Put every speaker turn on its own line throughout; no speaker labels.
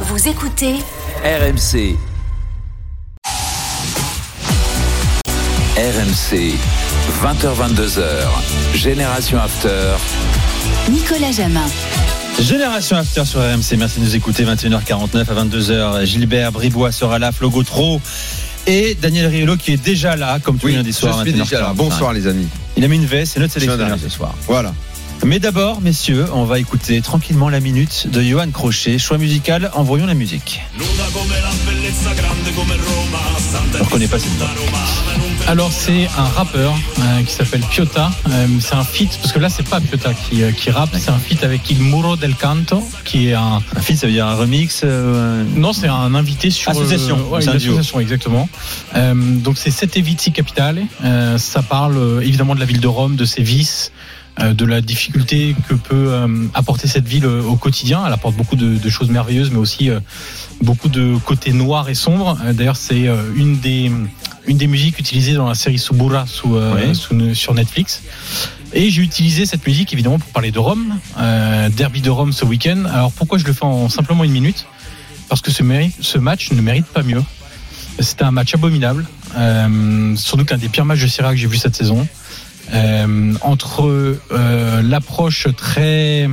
Vous écoutez
RMC. RMC, 20h-22h, Génération After.
Nicolas Jamin.
Génération After sur RMC, merci de nous écouter. 21h49 à 22h, Gilbert Bribois sera là, Flogo Tro et Daniel Riolo qui est déjà là, comme tous les lundis soirs.
je
à
suis
21h45.
déjà là. Bonsoir les amis.
Il a mis une veste, c'est notre
Je suis en
sélectionneur
arrière.
ce soir.
Voilà.
Mais d'abord, messieurs, on va écouter tranquillement la minute de Johan Crochet. Choix musical, envoyons la musique. On reconnaît pas cette voix.
Alors c'est un rappeur euh, qui s'appelle Piota. Euh, c'est un feat parce que là c'est pas Piota qui, euh, qui rappe, c'est un feat avec Il Muro del Canto qui est un
Un feat, ça veut dire un remix. euh,
non c'est un invité sur
Association,
le- ouais,
c'est
une
un duo.
association exactement. Euh, donc c'est Sette Vizi Capitale. Euh, ça parle euh, évidemment de la ville de Rome, de ses vices. euh, de la difficulté que peut euh, apporter cette ville euh, au quotidien. Elle apporte beaucoup de, de choses merveilleuses, mais aussi euh, beaucoup de côtés noirs et sombres. Euh, D'ailleurs, c'est euh, une des une des musiques utilisées dans la série Subura sous, euh,
Oui.
sous- sur Netflix. Et j'ai utilisé cette musique évidemment pour parler de Rome, euh, derby de Rome ce week-end. Alors pourquoi je le fais en simplement une minute Parce que ce, méri- ce match ne mérite pas mieux. C'était un match abominable, euh, sans doute l'un des pires matchs de Syria que j'ai vu cette saison. Euh, entre euh, l'approche très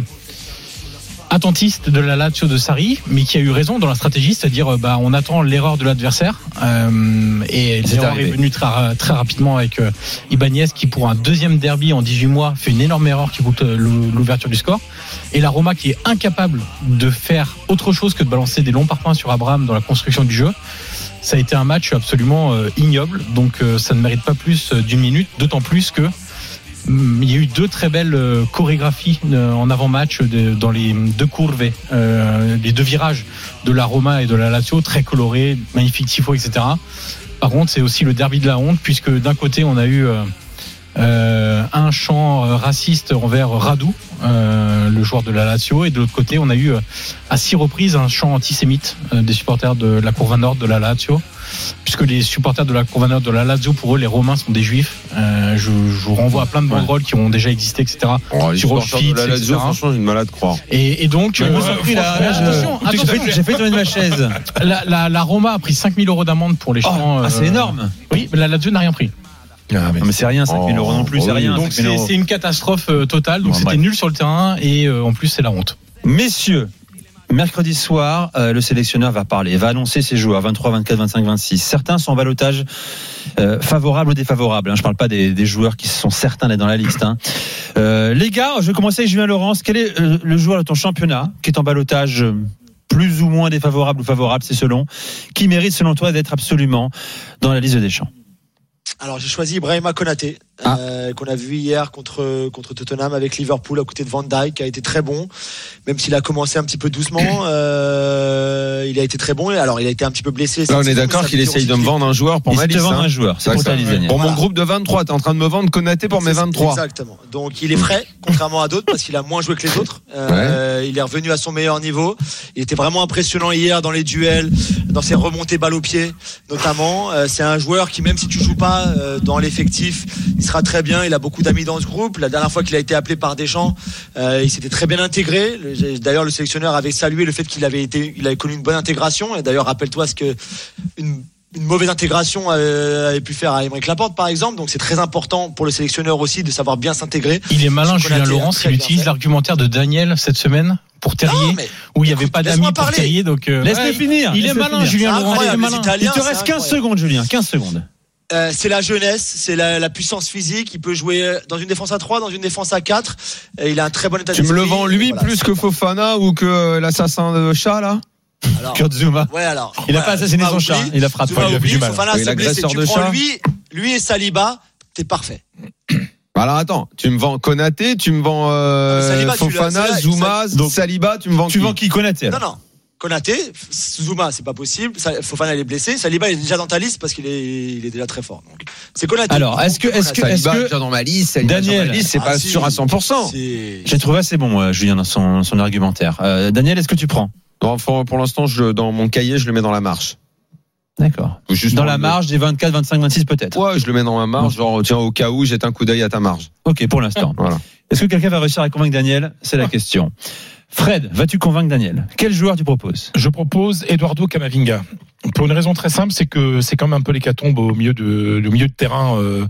attentiste de la Lazio de Sarri, mais qui a eu raison dans la stratégie, c'est-à-dire euh, bah, on attend l'erreur de l'adversaire. Euh, et
C'est
l'erreur
arrivé.
est venue très, ra- très rapidement avec euh, Ibanez qui pour un deuxième derby en 18 mois fait une énorme erreur qui coûte euh, l'ou- l'ouverture du score. Et la Roma qui est incapable de faire autre chose que de balancer des longs parpaings sur Abraham dans la construction du jeu. Ça a été un match absolument euh, ignoble, donc euh, ça ne mérite pas plus euh, d'une minute, d'autant plus que hum, il y a eu deux très belles euh, chorégraphies euh, en avant-match de- dans les deux courbes, euh, les deux virages de la Roma et de la Lazio, très colorés, magnifiques tifos, etc. Par contre, c'est aussi le derby de la honte, puisque d'un côté, on a eu euh, euh, un chant euh, raciste envers Radou, euh, le joueur de la Lazio, et de l'autre côté, on a eu euh, à six reprises un chant antisémite euh, des supporters de la Courva Nord de la Lazio, puisque les supporters de la Courva Nord de la Lazio, pour eux, les Romains sont des Juifs. Euh, je, je vous renvoie à plein de
Ouais.
banderoles qui ont déjà existé, etc.
Oh, les
Sur
supporters
Auschwitz,
de la Lazio,
etc.
franchement, j'ai du mal à te croire.
Et, et donc,
Je me
euh,
suis pris là.
franchement,
là, je-
attention,
J'ai
attention.
fait- J'ai fait tomber ma chaise.
La, la- la Roma a pris 5000 euros d'amende pour les chants.
Oh, ah, c'est
euh,
énorme.
Oui, mais la Lazio n'a rien pris.
Non, mais c'est rien, 5000 euros non plus,
Oh,
c'est
oui.
rien. 5
Donc
000
c'est
euros.
c'est une catastrophe euh, totale. Donc
Bon,
c'était
bref.
nul sur le terrain et euh, en plus c'est la honte.
Messieurs, mercredi soir, euh, le sélectionneur va parler, va annoncer ses joueurs 23, 24, 25, 26. Certains sont en balotage euh, favorable ou défavorable. hein. Je ne parle pas des, des joueurs qui sont certains d'être dans la liste. hein. Euh, les gars, je vais commencer avec Julien Laurence. Quel est euh, le joueur de ton championnat qui est en balotage euh, plus ou moins défavorable ou favorable, c'est selon, qui mérite selon toi d'être absolument dans la liste des champs
Alors j'ai choisi Ibrahima Konaté
Ah.
euh, qu'on a vu hier contre contre Tottenham avec Liverpool à côté de Van Dijk qui a été très bon même s'il a commencé un petit peu doucement euh, il a été très bon alors il a été un petit peu blessé
Là, on
cette
est
saison,
d'accord
ça
qu'il
veut dire
essaye de me
aussi
vendre un joueur pour
Et
ma
si tu
liste.
vends
hein.
un joueur, c'est
Ça,
pour
ça,
ta liste gagnante.
Pour mon
Voilà.
groupe de 23, t'es en train de me vendre Konaté pour mes
C'est ça,
23.
Exactement. Donc il est frais, contrairement à d'autres, parce qu'il a moins joué que les autres. Euh, Il est revenu à son meilleur niveau. Il était vraiment impressionnant hier dans les duels, dans ses remontées balles au pied, notamment. Euh, c'est un joueur qui, même si tu joues pas euh, dans l'effectif, il sera très bien. Il a beaucoup d'amis dans ce groupe. La dernière fois qu'il a été appelé par Deschamps, euh, il s'était très bien intégré. Le- D'ailleurs, le sélectionneur avait salué le fait qu'il avait été, il avait connu une bonne intégration. Et d'ailleurs, rappelle-toi ce que une une mauvaise intégration euh, avait pu faire à Aymeric Laporte par exemple donc c'est très important pour le sélectionneur aussi de savoir bien s'intégrer
Il est
Chocolat
malin, Julien
Thierry,
Laurence.
hein, très
Il
bien
utilise
fait.
l'argumentaire de Daniel cette semaine pour Terrier,
Non, mais
où il n'y avait
écoute,
pas d'amis
laisse-moi
pour
parler.
Terrier. Donc euh,
Laisse-le
ouais,
finir.
Il est
laisse-le
malin,
finir.
Julien
C'est
Laurence. Il est
incroyable,
malin.
les Italiens.
Il te
c'est
reste 15
incroyable.
secondes, Julien, 15 secondes.
Euh, c'est la jeunesse, c'est la, la puissance physique. Il peut jouer euh, dans une défense à 3, dans une défense à 4. Et il a un très bon état
Tu me
d'esprit.
le vends lui
Voilà.
plus que Fofana ou que euh, l'assassin de chat, là
Alors,
Kurt Zuma.
ouais, alors,
Il n'a
ouais,
pas assassiné
Zuma
son chat,
oublie,
il a frappé.
Zuma
il a
oublie,
du mal.
Fofana
Oui,
s'est blessé.
l'agresseur
Tu
de
prends
chat.
lui, lui et Saliba, t'es parfait.
Bah, Alors attends, tu me vends Konaté, tu me vends euh,
Ah, mais Saliba, tu l'as- c'est
Fofana,
là-
Zuma,
Donc-
Saliba, tu me vends
Tu
qui
vends qui connaît
Non, non. Konaté, Zuma, c'est pas possible. Sa- Fofana, il est blessé. Saliba, il est déjà dans ta liste parce qu'il est, il est déjà très fort. Donc, c'est Konaté.
Alors, est-ce que, est-ce que, est-ce
Saliba,
que,
déjà dans ma liste, Saliba,
Daniel.
dans ma liste, c'est
Ah,
pas
si.
sûr à 100%.
C'est-
J'ai trouvé assez bon, euh, Julien, dans son, son argumentaire. Euh, Daniel, est-ce que tu prends
Non, pour pour l'instant, je- dans mon cahier, je le mets dans la marche.
D'accord.
Juste
Dans
pour
la
le-
marge des 24, 25, 26 peut-être.
Ouais, je le mets dans ma marge, genre tiens au cas où jette un coup d'œil à ta marge.
Ok, pour l'instant.
Voilà.
Est-ce que quelqu'un va réussir à convaincre Daniel C'est la question. Fred, vas-tu convaincre Daniel Quel joueur tu proposes
Je propose Eduardo Camavinga. Pour une raison très simple, c'est que c'est quand même un peu l'hécatombe au milieu de, au milieu de terrain euh,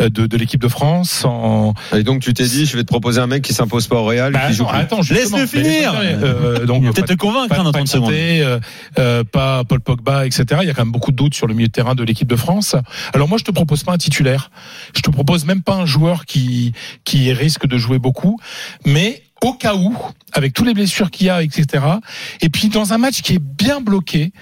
de, de l'équipe de France. En...
Et donc tu t'es dit, je vais te proposer un mec qui s'impose pas au Real,
Bah,
qui joue
attends,
plus.
attends, justement.
Laisse-le finir
Mais laisse-le Euh, donc,
Il va
pas-
peut-être te convaincre hein,
pas,
dans
pas
30 secondes.
Kanté, euh, euh, pas Paul Pogba, etc. Il y a quand même beaucoup de doutes sur le milieu de terrain de l'équipe de France. Alors moi, je te propose pas un titulaire. Je te propose même pas un joueur qui qui risque de jouer beaucoup, mais au cas où, avec tous les blessures qu'il y a, etc. Et puis dans un match qui est bien bloqué,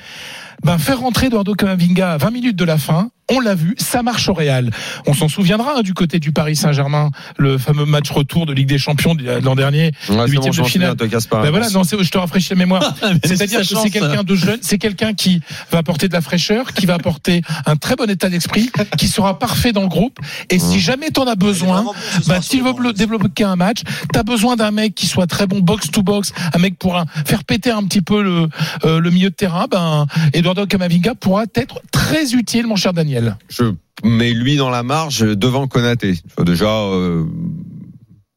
ben faire rentrer Eduardo Camavinga à 20 minutes de la fin. On l'a vu, ça marche au Real. On s'en souviendra hein, du côté du Paris Saint-Germain, le fameux match retour de Ligue des Champions de l'an dernier.
Ouais, c'est
huitième
bon,
de
j'en finis, hein,
finale.
te casse pas.
Bah
Ben voilà, non, c'est- je te rafraîchis la mémoire. C'est-à-dire
sa
que
chance,
c'est quelqu'un de jeune, c'est quelqu'un qui va apporter de la fraîcheur, qui va apporter un très bon état d'esprit, qui sera parfait dans le groupe. Et si jamais t'en as besoin, bah, s'il veut blo- débloquer un match, t'as besoin d'un mec qui soit très bon box to box, un mec pour un- faire péter un petit peu le, euh, le milieu de terrain. Ben, Eduardo Camavinga pourra être très utile, mon cher Daniel.
je mets lui dans la marge devant Konaté. Tu vois, Déjà, euh,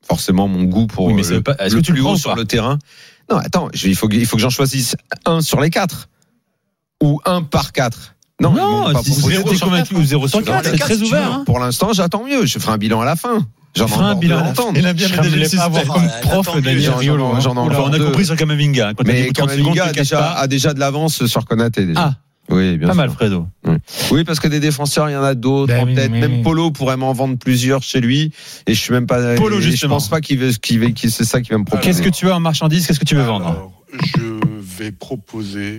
forcément, mon goût pour
Oui, mais
euh,
ça veut pas- est-ce
le
que tu le
plus
prends
haut
ou
sur
pas
le terrain. Non, attends, je- il faut, que- il faut que j'en choisisse un sur les quatre. Ou un par quatre. Non, ils m'ont
Non,
pas
si
proposé.
zéro t'es convaincu ou 0 sur
Sur
4,
les
c'est
quatre,
très
si tu veux.
ouvert. hein.
Pour l'instant, j'attends mieux. Je ferai un bilan à la fin. J'en ai
Ferai un
encore
bilan
deux
à
à
la
entendre.
Il a bien
Je voulais pas avoir
comme
un
prof,
attendu,
Daniel
j'en-
Riolo.
j'en- j'en-
Oula.
Enfin, on a
deux.
compris sur Kamavinga. hein, Quand il a dit au
Mais
bout de 30 secondes,
Kamavinga a
tu le casses
déjà,
pas.
a déjà de l'avance sur Konaté. Déjà.
Ah,
oui, bien
pas
sûr.
mal, Fredo.
Oui, parce que des défenseurs, il y en a d'autres
Ben
en
oui,
tête.
mais
Même
oui.
Polo pourrait m'en vendre plusieurs chez lui. Et je suis même pas.
Polo,
et Je
justement.
pense pas qu'il veut, qu'il veut- qu'il- c'est ça qu'il va me proposer.
Qu'est-ce que tu as en marchandise Qu'est-ce que tu veux vendre
Alors, je vais proposer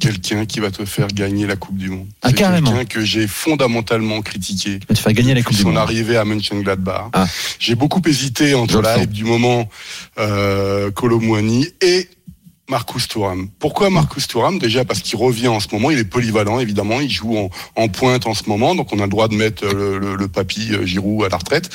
quelqu'un qui va te faire gagner la Coupe du Monde.
Ah,
C'est
carrément.
quelqu'un que j'ai fondamentalement critiqué.
Tu vas te faire gagner la Coupe
depuis
du
son
Monde.
arrivée à Mönchengladbach.
Ah.
J'ai beaucoup hésité
Je
entre
le sens.
l'hype du moment euh, Colomwani et Marcus Thuram. Pourquoi Marcus Thuram Déjà parce qu'il revient en ce moment, il est polyvalent évidemment, il joue en, en pointe en ce moment, donc on a le droit de mettre euh, le, le- le papy euh, Giroud à la retraite.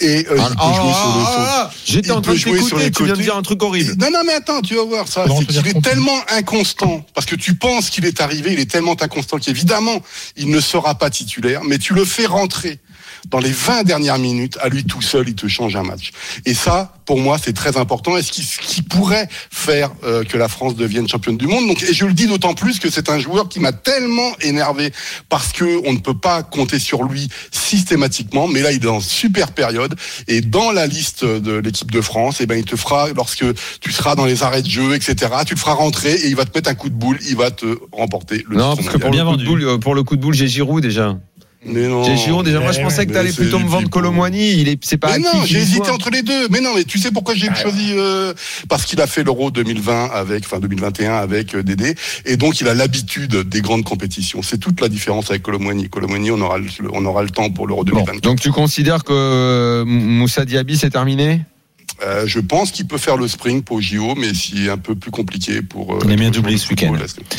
Et euh,
Ah,
il peut
ah,
jouer sur le
ah,
fond.
ah, J'étais
Il
en train
peut
de
jouer sur
t'écouter,
les
tu viens de
côtés.
dire un truc horrible.
Non, non, mais attends, tu vas voir ça.
Bon,
c'est
on peut dire
qu'il est
qu'on-
tellement inconstant, parce que tu penses qu'il est arrivé, il est tellement inconstant qu'évidemment, il ne sera pas titulaire, mais tu le fais rentrer dans les 20 dernières minutes, à lui tout seul, il te change un match. Et ça, pour moi, c'est très important. Et ce qui, ce qui pourrait faire euh, que la France devienne championne du monde. Donc, et je le dis d'autant plus que c'est un joueur qui m'a tellement énervé parce que on ne peut pas compter sur lui systématiquement. Mais là, il est en super période. Et dans la liste de l'équipe de France, eh ben, il te fera, lorsque tu seras dans les arrêts de jeu, etc., tu le feras rentrer et il va te mettre un coup de boule. Il va te remporter le
Non,
titre
parce que pour
mondial.
Bien
le, coup de
vendu.
boule, euh, pour le coup de boule, j'ai Giroud déjà.
Mais non.
J'ai Giroud déjà. Moi, je
Mais
pensais que
oui,
t'allais
mais
plutôt
c'est
me vendre
du
Colomwani. Il est, c'est pas. acquis
Mais non,
qu'il
j'ai hésité
soit.
entre les deux. Mais non, mais tu sais pourquoi j'ai choisi euh, Parce qu'il a fait l'Euro 2020 avec, enfin 2021 avec euh, Dédé, et donc il a l'habitude des grandes compétitions. C'est toute la différence avec Colomboigny. Colomboigny, on aura, le- on aura le temps pour l'Euro
Bon,
2024.
donc tu considères que euh, Moussa Diaby c'est terminé
Euh, je pense qu'il peut faire le spring pour JO, mais c'est un peu plus compliqué pour. euh,
Il a bien
pour
doublé
le
ce week-end.
football, là,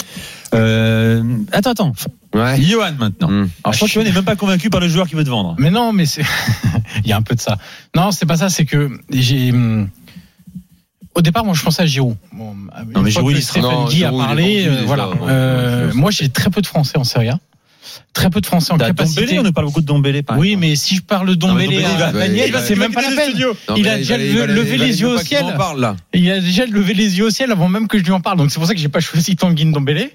Euh, Attends, attends.
Ouais.
Johan maintenant.
Hmm.
Alors, je crois que Johan n'est même pas convaincu par le joueur qui veut te vendre.
Mais non, mais c'est. Il y a un peu de ça. Non, c'est pas ça, c'est que j'ai. hum, Au départ, moi, je pensais à Giroud. Bon, une
mais
fois
Giroud,
que
il est-
Stéphane
non,
Guy
Giroud,
a
il est
parlé.
vendu
euh,
déjà,
voilà.
ouais,
Euh,
ouais, je
moi, j'ai très peu de Français en Serie A. Très peu de Français en
T'as
capacité.
Dombélé, on ne parle beaucoup de Dombélé. par
Oui,
exemple.
mais si je parle
Non, mais
d'Ombélé
Dombélé, il
à
va-
Daniel,
il va-
c'est
il va
même pas la
quitter le
peine.
studio.
Non,
Il
mais
a
là,
déjà
va-
le-
va-
levé
va-
les
il
yeux
veut
au
pas qu'il
ciel.
m'en parle, là.
Et il a déjà levé les yeux au ciel avant même que je lui en parle. Donc c'est pour ça que j'ai pas choisi Tanguy Ndombele.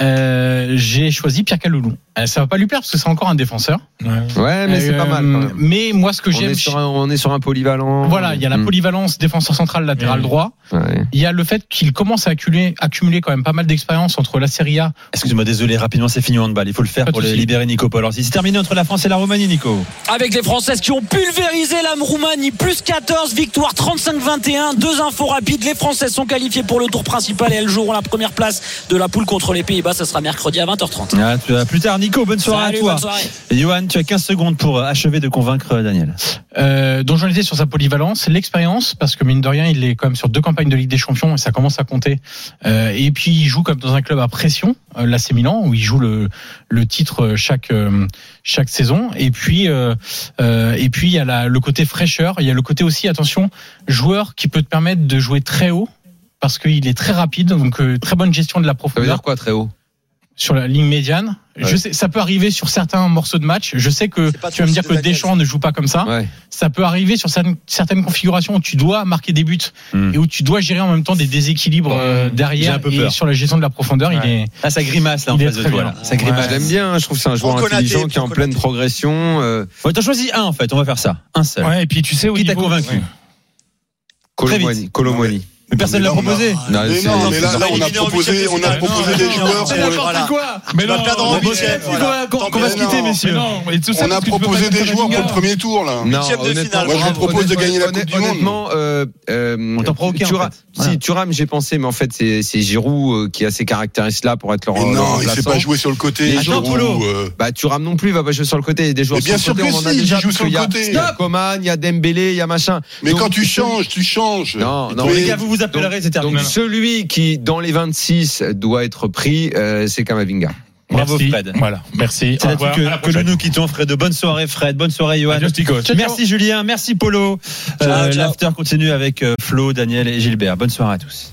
Euh, j'ai choisi Pierre Caloulou. Euh, ça va pas lui plaire parce que c'est encore un défenseur.
Ouais, mais c'est
Euh,
pas mal. Quand même.
Mais moi ce que
On,
j'aime
est sur un, on est sur un polyvalent.
voilà, il y a la
Hmm.
polyvalence défenseur central latéral
Ouais.
droit.
Ouais.
Il y a le fait qu'il commence à accumuler, accumuler quand même pas mal d'expérience entre la Serie A.
Excuse-moi, désolé, rapidement, c'est fini en handball. Il faut le faire
Pas de
pour le
souci.
libérer Nico Paul. Alors, si c'est terminé entre la France et la Roumanie, Nico.
avec les Françaises qui ont pulvérisé la Roumanie. Plus 14, victoire 35-21. Deux infos rapides. Les Françaises sont qualifiées pour le tour principal et elles joueront la première place de la poule contre les Pays-Bas. Ça sera mercredi à 20h30.
Ah, tu- à plus tard, Nico, bonne soirée
Salut,
à toi.
bonne soirée.
Et Johan, tu as 15 secondes pour euh, achever de convaincre euh, Daniel.
Euh, dont j'en étais sur sa polyvalence, l'expérience, parce que mine de rien, il est quand même sur deux campagnes de Ligue des Champions et ça commence à compter. Euh, et puis il joue comme dans un club à pression, euh, l'AC Milan, où il joue le, le titre euh, chaque euh, chaque saison. Et puis euh, euh, et puis il y a la- le côté fraîcheur, il y a le côté aussi attention joueur qui peut te permettre de jouer très haut parce qu'il est très rapide, donc euh, très bonne gestion de
Ça
la
veut
profondeur.
dire quoi très haut
sur la ligne médiane. Je
Ouais.
sais, ça peut arriver sur certains morceaux de match. Je sais que
C'est pas trop
tu vas me
le
dire
style
que
de Daniel,
Deschamps ne joue pas comme ça.
Ouais.
Ça peut arriver sur certaines, certaines configurations où tu dois marquer des buts
Hmm.
et où tu dois gérer en même temps des déséquilibres euh,
J'ai
derrière
un peu
et
peur.
sur la gestion de la profondeur. Il est
Ah, ça grimace là en
Il est
face de
très
toi.
bien.
là. Ça grimace.
Je l'aime bien, hein, je trouve que c'est un joueur
Pour Konaté,
intelligent qui est en
pour
pleine
Konaté.
progression. euh,
Bon, T'en choisis un en fait, on va faire ça. Un seul.
Ouais, et puis tu sais, au
Qui t'a
niveau-
convaincu
Ouais.
Très vite.
Colomwani. Colomwani.
Mais personne ne l'a proposé.
Non,
Mais
c'est-
non, mais là,
c'est-
là, on a
éliminé en
proposé,
huitième de
on a
finale.
proposé
Non,
des
non,
joueurs.
c'est
pour
n'importe
les-
Ah,
Voilà.
quoi
Mais
va
non,
perdre en
mais-
huitième,
mais
voilà.
quoi, qu'on- qu'on va se
Mais non.
quitter, messieurs. Et tout ça
On a
parce que tu peux
proposé
pas mettre
des joueurs pour
Kamavinga.
le premier tour, là.
Non,
Huitième de
honnêtement,
finale.
moi, je vous propose de gagner la Coupe du Monde. Honnêtement, euh, euh,
On t'a provoqué, en
Thuram-
fait. Voilà.
si Thuram, j'ai pensé, mais en fait, c'est c'est Giroud euh, qui a ces caractéristiques-là pour être leur,
Mais
leur
non, Oh il ne sait
remplaçant.
pas jouer sur le côté.
Les
Giroud,
Giroud.
euh,
Bah, Thuram non plus, il va pas jouer sur le côté. Des joueurs
Mais bien
sur le
sûr
côté,
que
on en a
si, il
déjà,
joue
parce
sur le
qu'il y a-
côté.
Il y a Coman, il y a Dembélé, il y a machin.
Mais
Donc,
quand tu changes, tu changes.
Non, non,
Mais-
Les gars, vous vous appellerez, c'est terminé.
Donc, celui qui, dans les 26, doit être pris, euh, c'est Kamavinga.
Bravo,
Merci.
Fred.
Voilà, merci.
C'est
Au
là-dessus
revoir. À la
que, que nous
prochaine.
nous quittons, Fred. Bonne soirée, Fred. Bonne soirée, Johan.
Adios, Tico.
Merci, Julien. Merci, Polo. Euh,
Ciao, ciao.
L'after continue avec euh, Flo, Daniel et Gilbert. Bonne soirée à tous.